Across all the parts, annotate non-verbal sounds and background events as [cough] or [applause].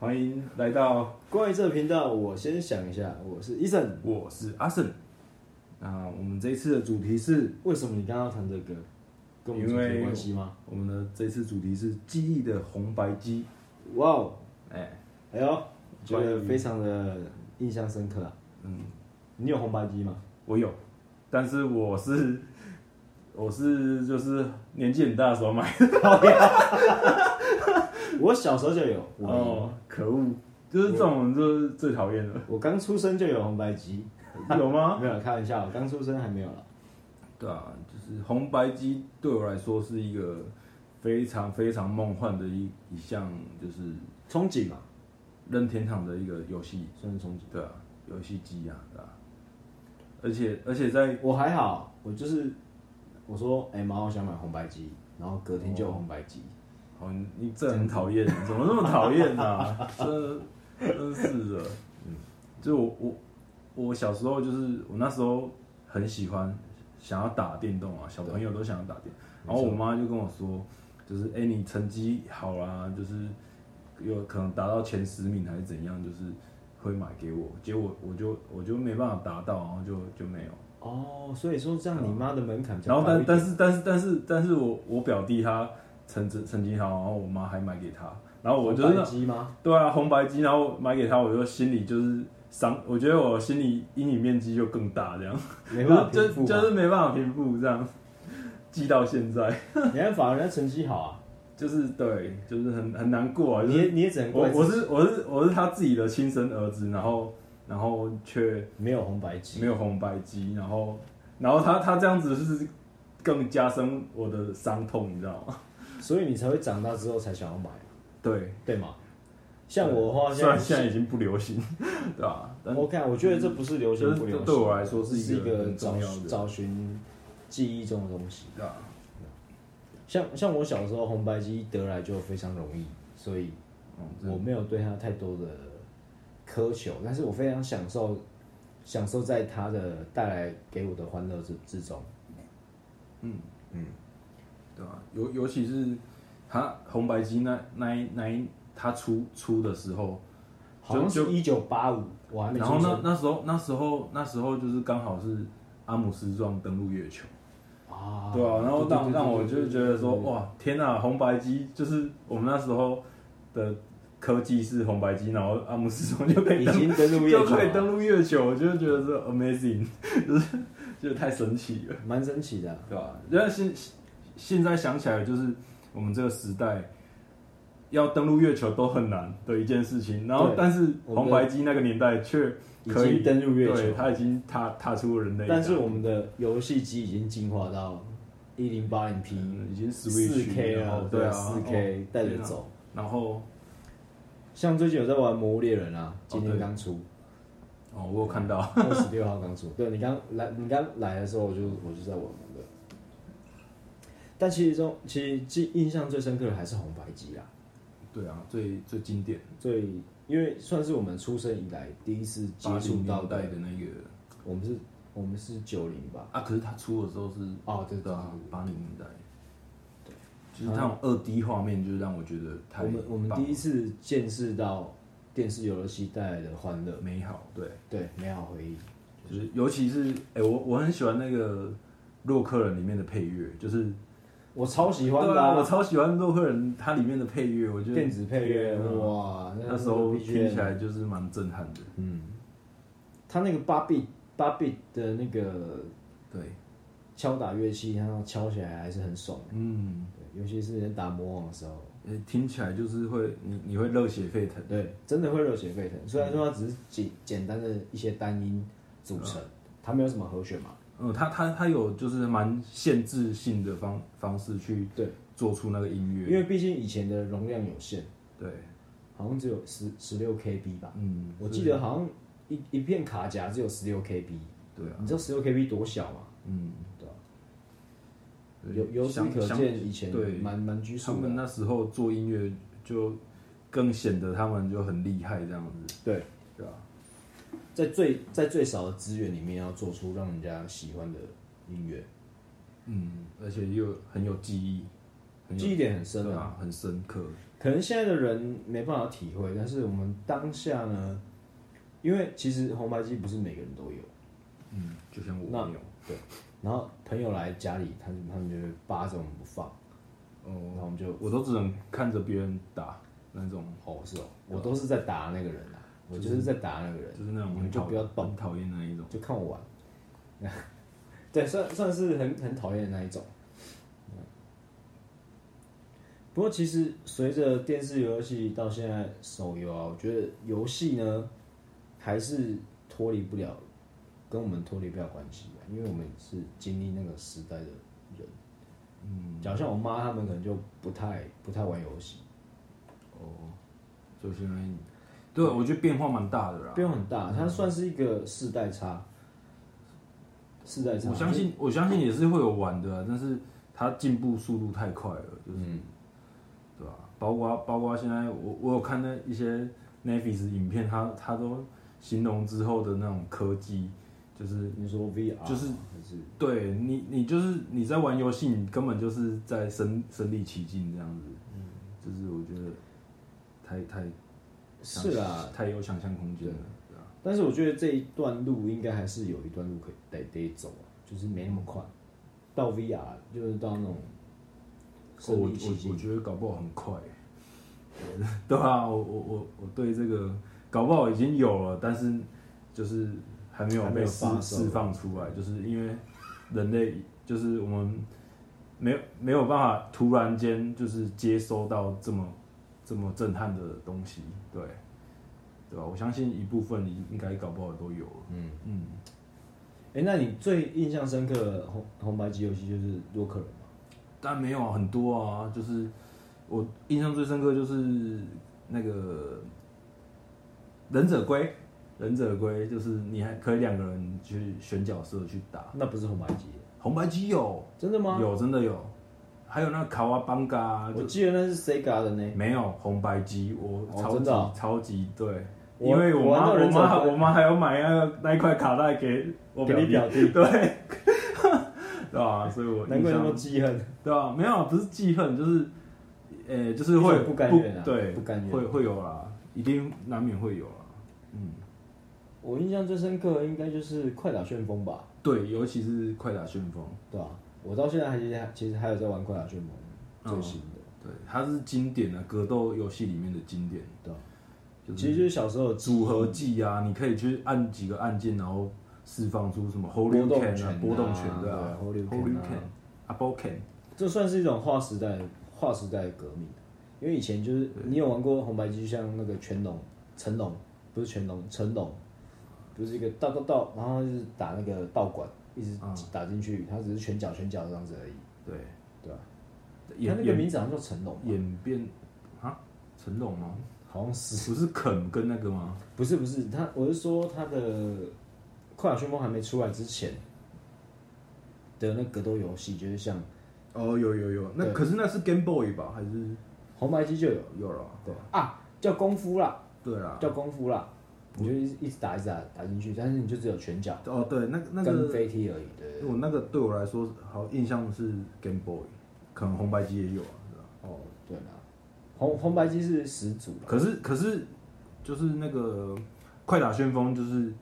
天来到，哎关于这个频道，我先想一下，我是 Eason。我是阿胜。那我们这一次的主题是，为什么你刚刚要谈这个？跟我们因有为什么关系吗？我们的这次主题是记忆的红白机。哇哦，哎、哎呦，觉关得于非常的印象深刻啊。嗯，你有红白机吗？我有，但是我是 [laughs] 我是就是年纪很大的时候买的。我小时候就有，我、哦，可恶，就是这种就是最讨厌的，我刚出生就有红白机，有吗？没有开玩笑，我刚出生还没有了。 [laughs] 对啊，就是红白机对我来说是一个非常非常梦幻的一一项，就是憧憬嘛，任天堂的一个游戏，算是憧憬。对啊，游戏机啊，对啊，而且而且在我还好，我就是我说，哎、妈，我想买红白机，然后隔天就有红白机。哦，你你这很讨厌，怎么那么讨厌啊？这真是的，嗯，就我我我小时候就是我那时候很喜欢想要打电动啊，小朋友都想要打电，然后我妈就跟我说，就是哎、你成绩好啦，就是有可能达到前十名还是怎样，就是会买给我，结果我就我就没办法达到，然后就就没有。哦，所以说这样你妈的门槛比较然后高一但点。但是但是但是但是我我表弟他成绩成绩好，然后我妈还买给他，然后我就红是白那机 [laughs] 吗？对啊红白机，然后买给他，我就心里就是伤，我觉得我心里阴影面积就更大，这样没办法 [laughs] 就平复就嘛，就是没办法平复这样，记到现在， [laughs] 没办法，人家成绩好啊，就是对，就是很很难过啊，就你也是你也只能我怪我是我是我是他自己的亲生儿子，然后然后却没有红白机没。有红白机，然后然后他他这样子是更加深我的伤痛，你知道吗？所以你才会长大之后才想要买，对，对吗？像我的话，虽然现在在已经不流行， [laughs] 对啊吧、但我看，我觉得这不是流行不流就是行，对我来说是是一个一个很找重要的找寻记忆中的东西。对啊吧、像像我小时候红白机得来就非常容易，所以嗯，我没有对它太多的苛求，但是我非常享受享受在它的带来给我的欢乐之之中。对吧、尤尤其是他红白机那那一那一他出出的时候，好像是一九八五，我还没然出后生那那时候那时候那时候就是刚好是阿姆斯壮登陆月球，啊对啊，然后让对对对让我就觉得说对对对哇天呐、红白机就是我们那时候的科技是红白机，然后阿姆斯壮就 [laughs] 可以已登经登陆月就球可以了，登陆月球，我就觉得这 amazing，就是 [laughs] 就是太神奇了。蛮神奇的啊、对吧、然后现现在想起来，就是我们这个时代要登陆月球都很难的一件事情。然后对，但是我们红白机那个年代却已可以经登陆月对，球，它已经踏踏出人类一大步。但是我们的游戏机已经进化到一零八零 P、嗯已经四 Switch K 然后了，对啊，四哦 K 带着。天啊走。然后像最近有在玩《魔物猎人》啊，今哦天对刚出，哦，我有看到，二十六号刚出。对你刚来，你刚来的时候，我就我就在玩那个。但其实中，其实记印象最深刻的还是红白机啦，对啊，最最经典最因为算是我们出生以来第一次接八触零到年代的，的那个我们是，我们是九零吧？啊，可是它出的时候是哦，对对对啊，八零年代，对，就是那种二 D 画面，就是让我觉得太我们我们棒第一次见识到电视游乐机带来的欢乐，美好，对，对美好回忆。就是尤其是哎、我我很喜欢那个《洛克人》里面的配乐，就是我超喜欢对的啊，啊、我超喜欢《洛克人》它里面的配乐，我觉得电子配乐，嗯哇，那时候个听 BGM 起来就是蛮震撼的，嗯，他那个八 bit 八 bit 的那个对，敲打乐器，它敲起来还是很爽。嗯，对，尤其是人打魔王的时候，呃听起来就是会你你会热血沸腾，对，真的会热血沸腾。虽嗯然说它只是简简单的一些单音组成，它没有什么和弦嘛。嗯，他他他有就是蛮限制性的方方式去对，做出那个音因乐，为毕竟以前的容量有限，对，好像只有十十六 KB 吧。嗯，我记得好像一一片卡夹只有十六 KB，对啊，你知道十六 KB 多小吗？嗯，对啊对由由此想可想见，以前对蛮蛮拘他束的啊们。那时候做音乐就更显得他们就很厉害这样子，对，对吧、在最在最少的资源里面，要做出让人家喜欢的音乐，嗯，而且又很有记忆，很有记忆点很深对啊。啊，很深刻。可能现在的人没办法体会，但是我们当下呢，因为其实红白机不是每个人都有，嗯，就像我那没有然后朋友来家里，他就他们就会扒着我们不放，然后哦，我们就我都只能看着别人打那种，哦是哦，我都是在打那个人啊，我就是在打那个人，就是那种你们很就讨不要动很，讨厌那一种。就看我玩， [laughs] 对，算算是很很讨厌的那一种。嗯不过其实随着电视游戏到现在手游啊，我觉得游戏呢还是脱离不了跟我们脱离不了关系吧，因为我们是经历那个时代的人。嗯，假如像我妈他们可能就不太不太玩游戏，哦，就现在，对我觉得变化蛮大的啦。变化很大，它算是一个世代差，世代差。我相信，我相信也是会有玩的啊，但是它进步速度太快了，就是，对吧、包括包括现在我我有看那一些 Netflix 影片，它它都形容之后的那种科技，就是你说 VR 就是还是对你你就是你在玩游戏，你根本就是在身身临其境这样子，嗯就是我觉得太太是啊啦，，太有想象空间了，对吧、但是我觉得这一段路应该还是有一段路可以得得走啊，就是没那么快。到 VR 就是到那种哦身我临其我我境，觉得搞不好很快， [laughs] 对啊，我我我我对这个搞不好已经有了，但是就是还没有还没被有释发售释放出来，就是因为人类就是我们没有没有办法突然间就是接收到这么这么震撼的东西，对对吧、啊我相信一部分应应该搞不好都有了，嗯，嗯，哎、那你最印象深刻的红红白机游戏就是洛克人嘛？但没有啊很多啊，就是我印象最深刻就是那个忍者龟，忍者龟就是你还可以两个人去选角色去打，那不是红白机，红白机有真的吗？有啊真的有，还有那卡哇邦嘎我记得那是 Sega 的呢。没有红白机，我哦超真级、的哦超级对。我因为我玩妈到我忍者妈龟我妈还要买那个那一块卡带给我表表弟表弟， [laughs] 对，对啊，所以我难怪印那象么记恨，对啊，没有，不是记恨，就是，呃、就是会一种不甘愿啊对，不甘愿会会有啦，一定难免会有啦，嗯，我印象最深刻的应该就是《快打旋风》吧，对，尤其是快打旋风，对吧、我到现在还其实其实还有在玩《快打旋风》最嗯新的，对，它是经典的格斗游戏里面的经典，对啊吧、就是其实就是小时候的记忆组合技啊，你可以去按几个按键，然后释放出什么 h o 波 l y 动 can 拳啊啊，波动拳对啊对 h o l y Holycan 啊 can 啊 b o can，这算是一种划时代、划时代的革命，因为以前就是你有玩过红白机，像那个乾隆、成龙，不是乾隆，成龙，不是一个道道道，然后就是打那个道馆，一直嗯打进去，他只是拳脚拳脚这样子而已，对，对吧、他演那个演名字好像叫成龙吧，演变啊，成龙吗？好像是，不是肯跟那个吗？不是不是他，我是说他的《快打旋风》还没出来之前的那格斗游戏，就是像哦，有有有，那对可是那是 Game Boy 吧？还是红白机就有，有了？对啊，叫功夫啦。对啦，叫功夫啦，你就一直一直打一直打打进去，但是你就只有拳脚哦对，那个那跟个飞踢而已，对对对我那个对我来说好印象是 Game Boy，可能红白机也有啊，对吧哦，对啦，红红白机是始祖啦，可是可是就是那个快打旋风就是。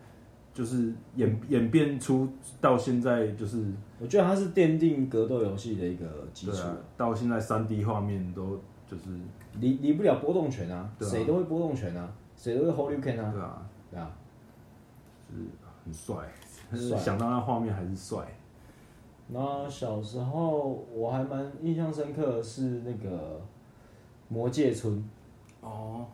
就是演演变出到现在，就是我觉得它是奠定格斗游戏的一个基对础，啊，到现在三 D 画面都就是离离不了波动拳啊，对啊谁都会波动拳啊，谁都会 hold you can 啊，对啊，对啊，就是很帅，很帅想到那画面还是帅。然后小时候我还蛮印象深刻的是那个魔界村，哦，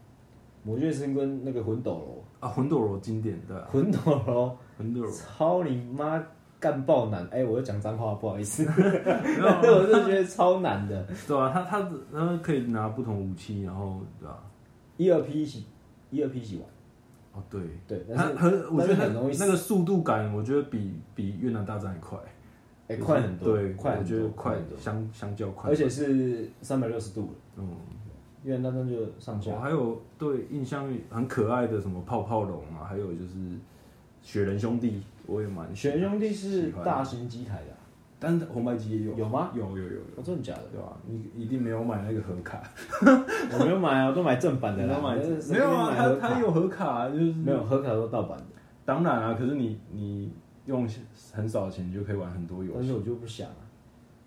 魔界村跟那个魂斗罗，啊，魂斗罗经典对啊，魂斗罗魂斗罗超你妈干爆难，哎、我又讲脏话，不好意 [laughs] 思。 [laughs] 没有啊但是我是觉得超难的， [laughs] 对啊，他他他可以拿不同武器，然后对啊吧、一二 P 一起，一二 P 一起玩，哦，对，对，但他是和我但觉得是那很容易死那个速度感，我觉得比比越南大战还快，哎、快很多，对，快我很觉得多，快很多，相相较快，而且是三百六十度了，嗯，越南大战就上我下，哦还有对印象很可爱的什么泡泡龙啊，还有就是雪人兄弟，我也蛮喜雪人兄弟是喜欢大型机台的啊、但是红白机也有，啊有吗？有有有有，哦，真的假的？对吧、你一定没有买那个盒卡，我没有买啊，我都买正版的你啦。[laughs] 要买但是没有啊？买他盒卡他有盒卡啊，就是没有盒卡都盗版的，当然啊，可是你你用很少的钱你就可以玩很多游但戏。是我就不想啊，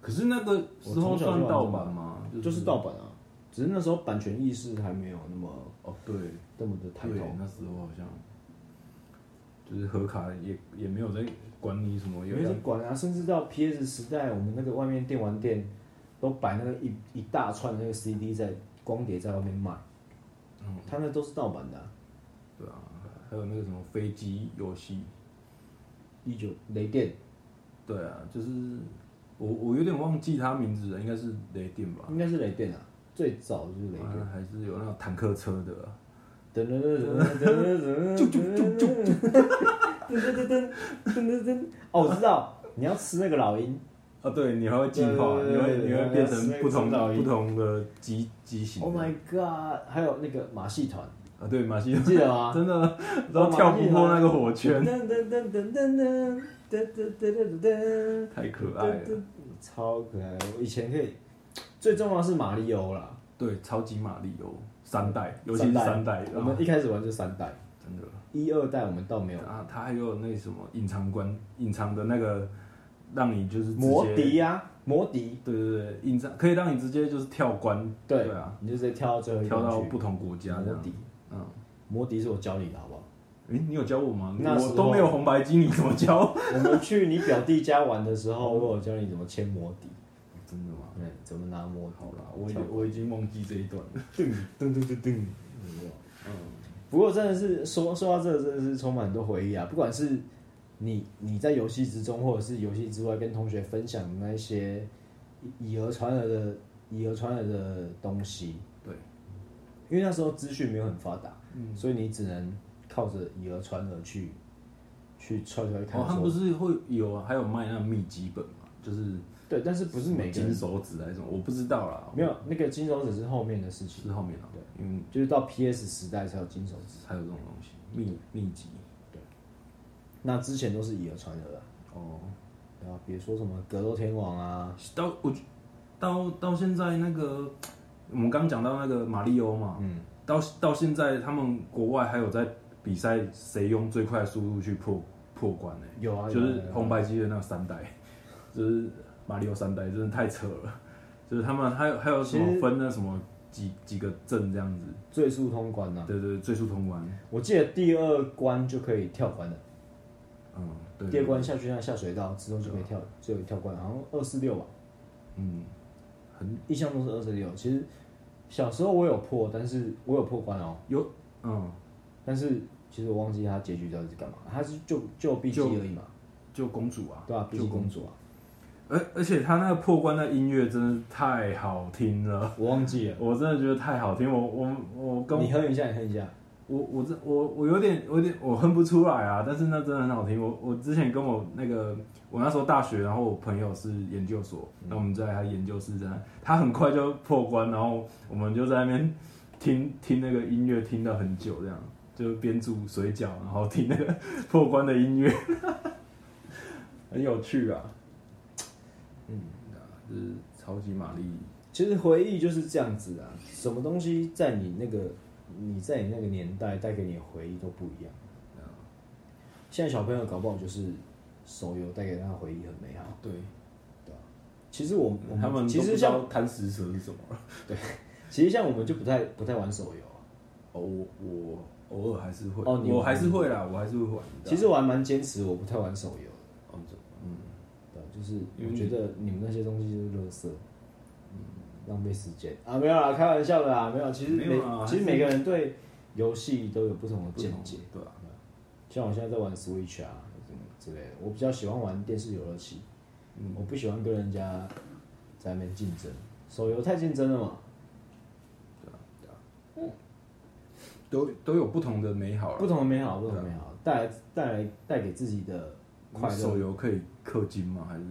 可是那个时候算盗版吗？就是盗版啊，只是那时候版权意识还没有那么哦，对那么的抬对头，。那时候好像就是盒卡也也没有在管你什么，没人管啊，甚至到 PS 时代，我们那个外面电玩店都摆那个一一大串那个 CD 在光碟在外面卖，嗯，他那都是盗版的、啊。对啊，还有那个什么飞机游戏，一九雷电对啊，就是我我有点忘记它名字了，应该是雷电吧，应该是雷电啊，最早就是雷好电。像还是有那种坦克车的啊、噔噔噔噔噔噔噔噔噔噔噔噔噔噔。哦，我知道，你要吃那个老鹰。啊，对，你还会进化，对你对会对你会对对变成对不同对对对不同的机机型 Oh my god！还有那个马戏团，啊，对，马戏你记得吗？真 [laughs] 的，然后跳不过那个火圈，噔噔噔噔噔噔噔噔噔噔噔。 [laughs] 太可爱了。哎超可爱！我以前可以，最重要的是马里欧啦，对，超级马里奥三代，尤其是三代，啊我然后们一开始玩就三代，真的，一二代我们倒没有。啊，它还有那什么隐藏关，隐藏的那个，让你就是直接摩，迪啊，摩迪，对对对，隐藏可以让你直接就是跳关，对对啊，你就直接跳到最后一跳关到去。不同国家这摩样。迪，嗯，摩迪是我教你的好不好？诶，你有教我吗？那时候我都没有红白机，你怎么 [laughs] 教？我们去你表弟家玩的时 [laughs] 候，我有教你怎么牵摩迪，真的吗？嗯，怎么拿摩好迪，啦，我已经我已经忘记这一段了。噔噔噔噔噔。嗯嗯，不过真的是说说到这个，真的是充满很多回忆啊！不管是你你在游戏之中，或者是游戏之外跟同学分享的那些以以讹传讹的以讹传讹的东西，对，因为那时候资讯没有很发达，嗯，所以你只能靠着以讹传讹去去踹踹看哦，他说。们不是会有啊，还有卖那秘籍本嘛，就是对，但是不是每个金人手指还是什么，我啊不知道啦，没有那个金手指是后面的事情，是后面啊，对，因为就是到 PS 时代才有金手指，还有这种东西，秘秘籍那之前都是以讹传讹啊，哦。然后比如说什么格斗天王啊，到我觉到到现在那个，我们刚讲到那个马里欧嘛，嗯。到到现在他们国外还有在比赛谁用最快速度去破破关呢、有啊，就是有啊红白机的那三代，就是马里奥三代，真的太扯了。就是他们还有还有什其么实分那什么几几个镇这样子，最速通关呐、对对对，最速通关，我记得第二关就可以跳关了，嗯，对，第二关下去那下水道之后就可以跳，就可以跳关，好像二四六吧，嗯，很印象中是二四六。其实小时候我有破，但是我有破关哦，有，嗯，但是其实我忘记它结局到底是干嘛，它是就就 B G 就而已嘛，就公主啊，对吧、啊、？B 就 G 公公主，主啊，而而且他那个破关的音乐真的太好听了。我忘记了，我真的觉得太好听，我我我跟你哼一下，你哼一下，我我这我我有点我有点我哼不出来啊，但是那真的很好听。我我之前跟我那个我那时候大学，然后我朋友是研究所，嗯那我们在他研究室在那，他很快就破关，然后我们就在那边听听那个音乐，听到很久这样，就边煮水饺，然后听那个 [laughs] 破关的音乐， [laughs] 很有趣啊。嗯，就是超级玛丽，其实回忆就是这样子啊，什么东西在你那个你在你那个年代带给你的回忆都不一样。啊现在小朋友搞不好就是手游带给他的回忆很美好。对。其实我我他们啊其都不实知道像贪食蛇是什么了。其实像我们就不太不太玩手游啊、哦，我我偶尔还是会，哦你我玩还是会啦，我还是会玩。其实我还蛮坚持我不太玩手游的，哦，这嗯，对，就是因为我你觉得你们那些东西就是垃圾，嗯浪费时间啊，没有啦，开玩笑的啦，没有。其实没每有啊啦其实每个人对游戏都有不同的不见同解，对吧？啊像我现在在玩 Switch 啊什么之类的，我比较喜欢玩电视游乐器，嗯我不喜欢跟人家在那边竞争，手游太竞争了嘛。都都有不同的美好不啦。同的美好，不同的美好，带来带来带给自己的快乐。嗯手游可以氪金吗？还是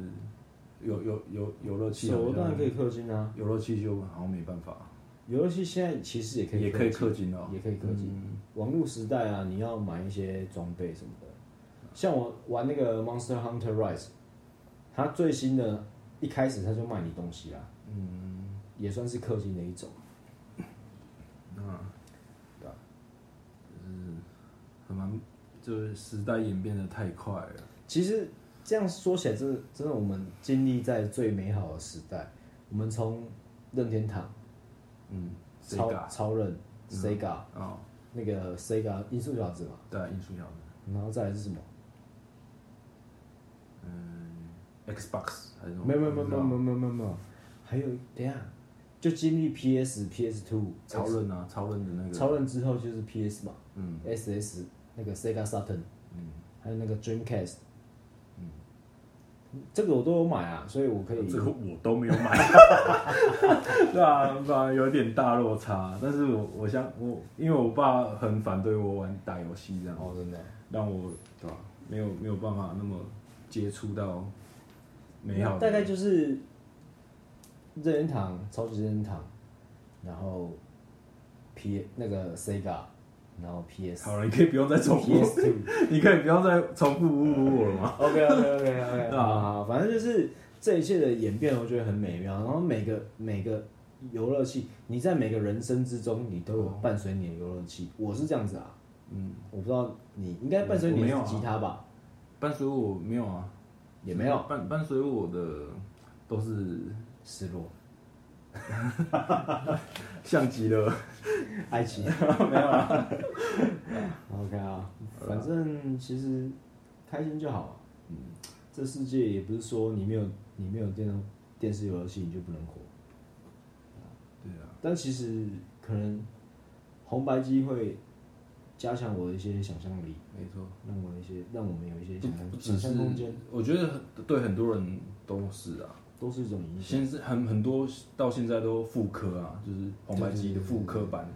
有有有游乐器？手游当然可以，氪金啊，游乐器就好像没办法，游乐器现在其实也可以，也可以，氪金哦，也可以氪金。嗯。网络时代啊，你要买一些装备什么的，像我玩那个 Monster Hunter Rise，它最新的一开始它就卖你东西啦，嗯，也算是氪金的一种，很蛮，就是时代演变的太快了。其实这样说起来，真的真的，我们经历在最美好的时代。我们从任天堂、嗯，谁超嘎？超人、Sega、哦，那个 Sega 音速小子嘛，对，艺术小然后再来是什么？子，Xbox 还是什么？没有没有没哦我有没不知道有没有没有没有没有，还有等一下就经历 PS、PS Two、超人啊，超人的那个，超人之后就是 PS 嘛，嗯 SS 那个 Sega Saturn，嗯，还有那个 Dreamcast，嗯，这个我都有买啊，所以我可以这个我都没有 [laughs] 买，对啊，反正有点大落差。但是我我想我，因为我爸很反对我玩打游戏这样，哦，真的让我对吧？没有没有办法那么接触到美好的。大概就是任天堂、超级任天堂，然后 P 那个 Sega，然后 PS、好了，你可以不用再重复， PS Two。你可以不用再重复侮辱我了吗？ OK OK OK OK，对啊 [laughs] 啊，反正就是这一切的演变，我觉得很美妙。然后每个每个游乐器，你在每个人生之中，你都有哦伴随你的游乐器。我是这样子啊，嗯，我不知道你应该伴随你我的没有是啊吉他吧？伴随我没有啊，也没有伴伴随我的都是失落，像极了，爱 [laughs] 情没有了。OK 啊，反正其实开心就好。嗯，这世界也不是说你没有你没有电动电视游乐器你就不能活。对啊，但其实可能红白机会加强我的一些想象力，没错。让我一些让我们有一些想不象只想象是空间，我觉得很对很多人都是啊，都是一种影响。现在很很多到现在都复刻啊，就是红白机的复刻版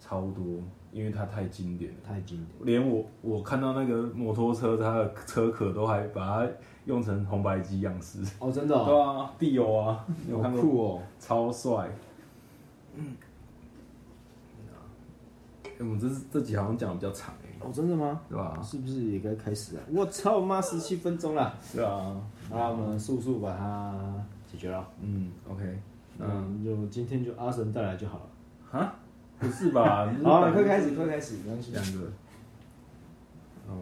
超多，因为它太经典了。太经典，连我我看到那个摩托车，它的车壳都还把它用成红白机样式。哦，真的、哦，对啊，必有啊，你有好看过？酷哦，超帅。嗯，哎我们这是这集好像讲得比较长哎，哦，真的吗？对吧？是不是也该开始啊？我操妈，十七分钟了，对啊，那我们速速把它解决了。嗯，OK，那嗯，就今天就阿神带来就好了。啊，不是 [laughs] 吧？你是好把了，快开始，快开始，没关系两个，然后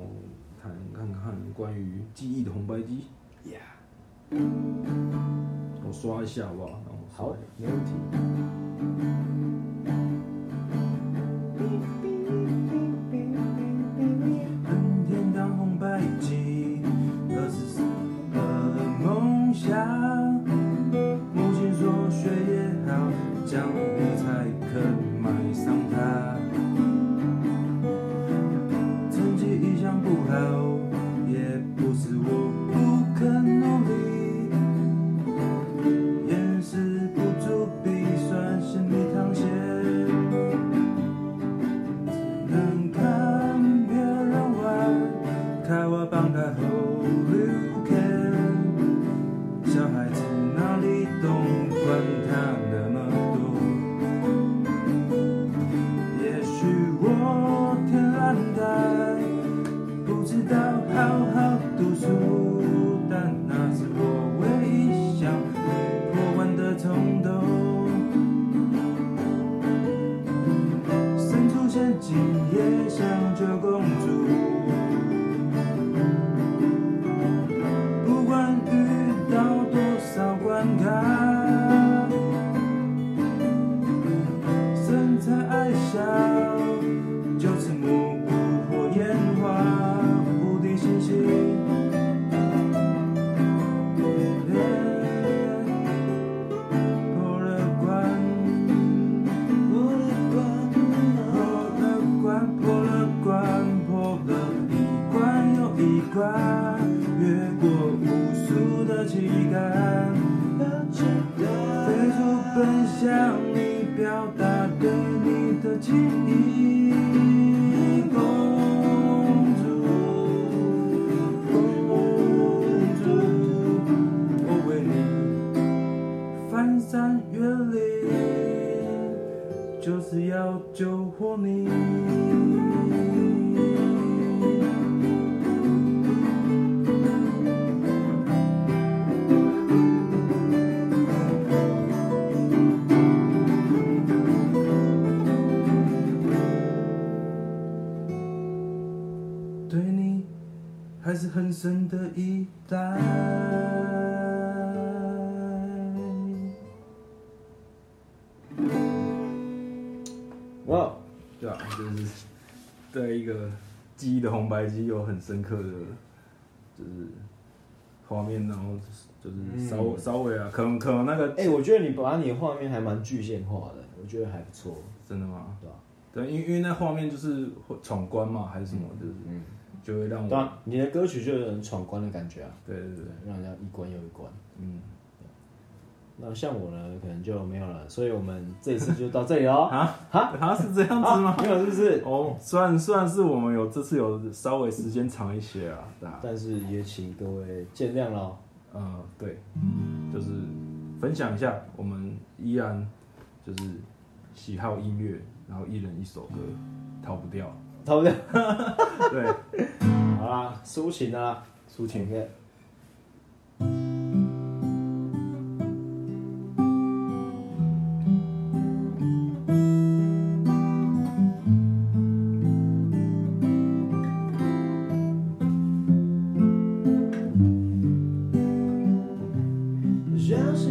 谈看看关于记忆的红白机， Yeah，我刷一下好不好？让我刷好一下，没问题。任天堂红白机，那是什么梦想？母亲说学业好，将来才肯买上它。成绩一向不好，也不是我不肯努力，掩饰不住鼻酸，心里淌血。对你还啊是很深的依赖。哇，对啊，就是对一个记忆的红白机有很深刻的，就是画面，然后就是嗯就是稍微、稍微啊，可能可能那个哎、我觉得你把你的画面还蛮具现化的，我觉得还不错，真的吗？对吧、对，因为因为那画面就是会闯关嘛，还是什么，就是嗯，就会让对我啊，你的歌曲就有种闯关的感觉啊，对对对对，，让人家一关又一关。嗯，那像我呢，可能就没有了，所以我们这一次就到这里 [laughs] 喽。啊啊是这样子吗？啊，没有是不是？哦， [laughs] 虽然虽然是我们有这次有稍微时间长一些啊，对啊，但是也请各位见谅喽。嗯，对，就是分享一下，我们依然就是喜好音乐，然后一人一首歌，逃不掉。好不对？对，好啦，抒情的啦，抒情。 OK。有时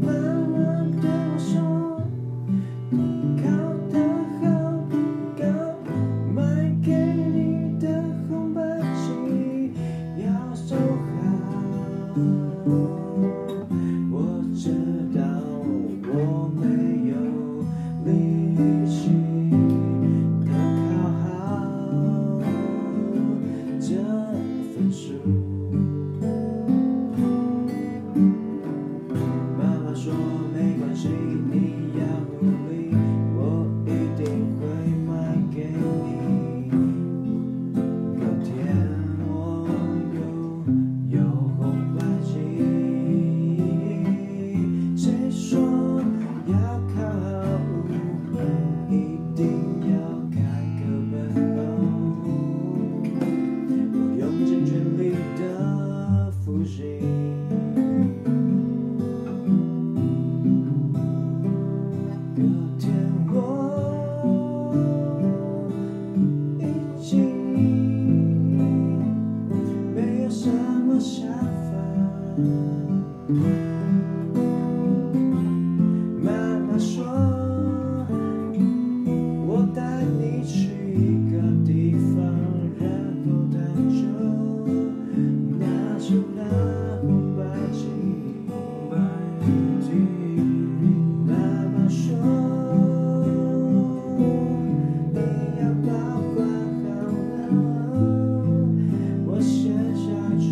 妈妈对我说，考得好不高，买给你的红白机要收好。我知道我没有力气的考好这分数。妈妈说没关系，你要努力，我一定会买给你。有天我又有红白机，谁说要考一定要看课本哦？我用尽全力的复习。隔天我已经没有什么想法。妈妈说，我带你去一个地方，然后她就拿出那红白机。妈妈说，你要保管好了，我陷下去。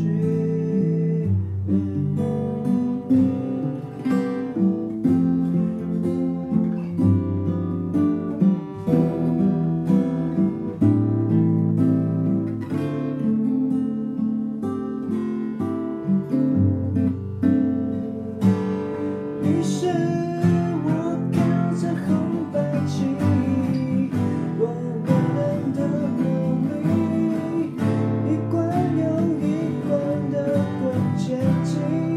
于是我靠着红白机，我慢慢的努力，一关又一关的滚前进。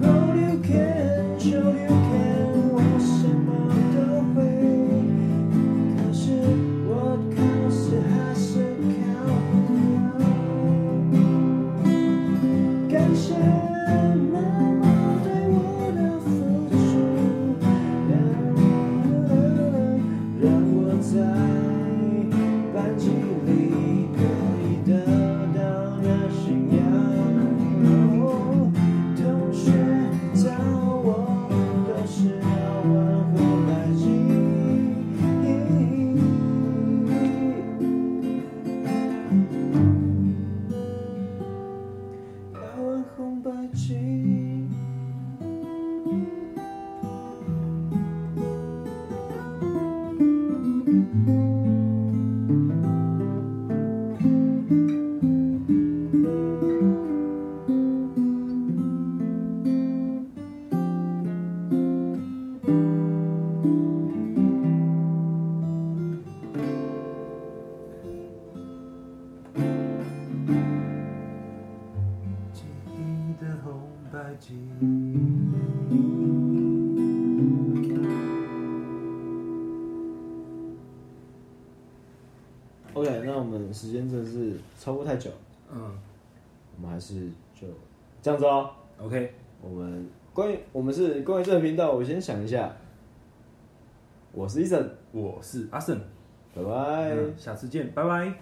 All you can, all you can，我什么都会，可是我考试还是考不好。感谢妈妈对我的付出，让让我在班级里可以得到那信仰。同学找我都是要玩红白机。要玩红白机。记忆的红白机。 OK，那我们时间真的是超过太久， [laughs] 嗯我们还是就这样子哦。 ，OK，我们关于我们是关于这个频道，我先想一下。我是 Eason，我是阿胜，拜拜。嗯下次见，拜拜。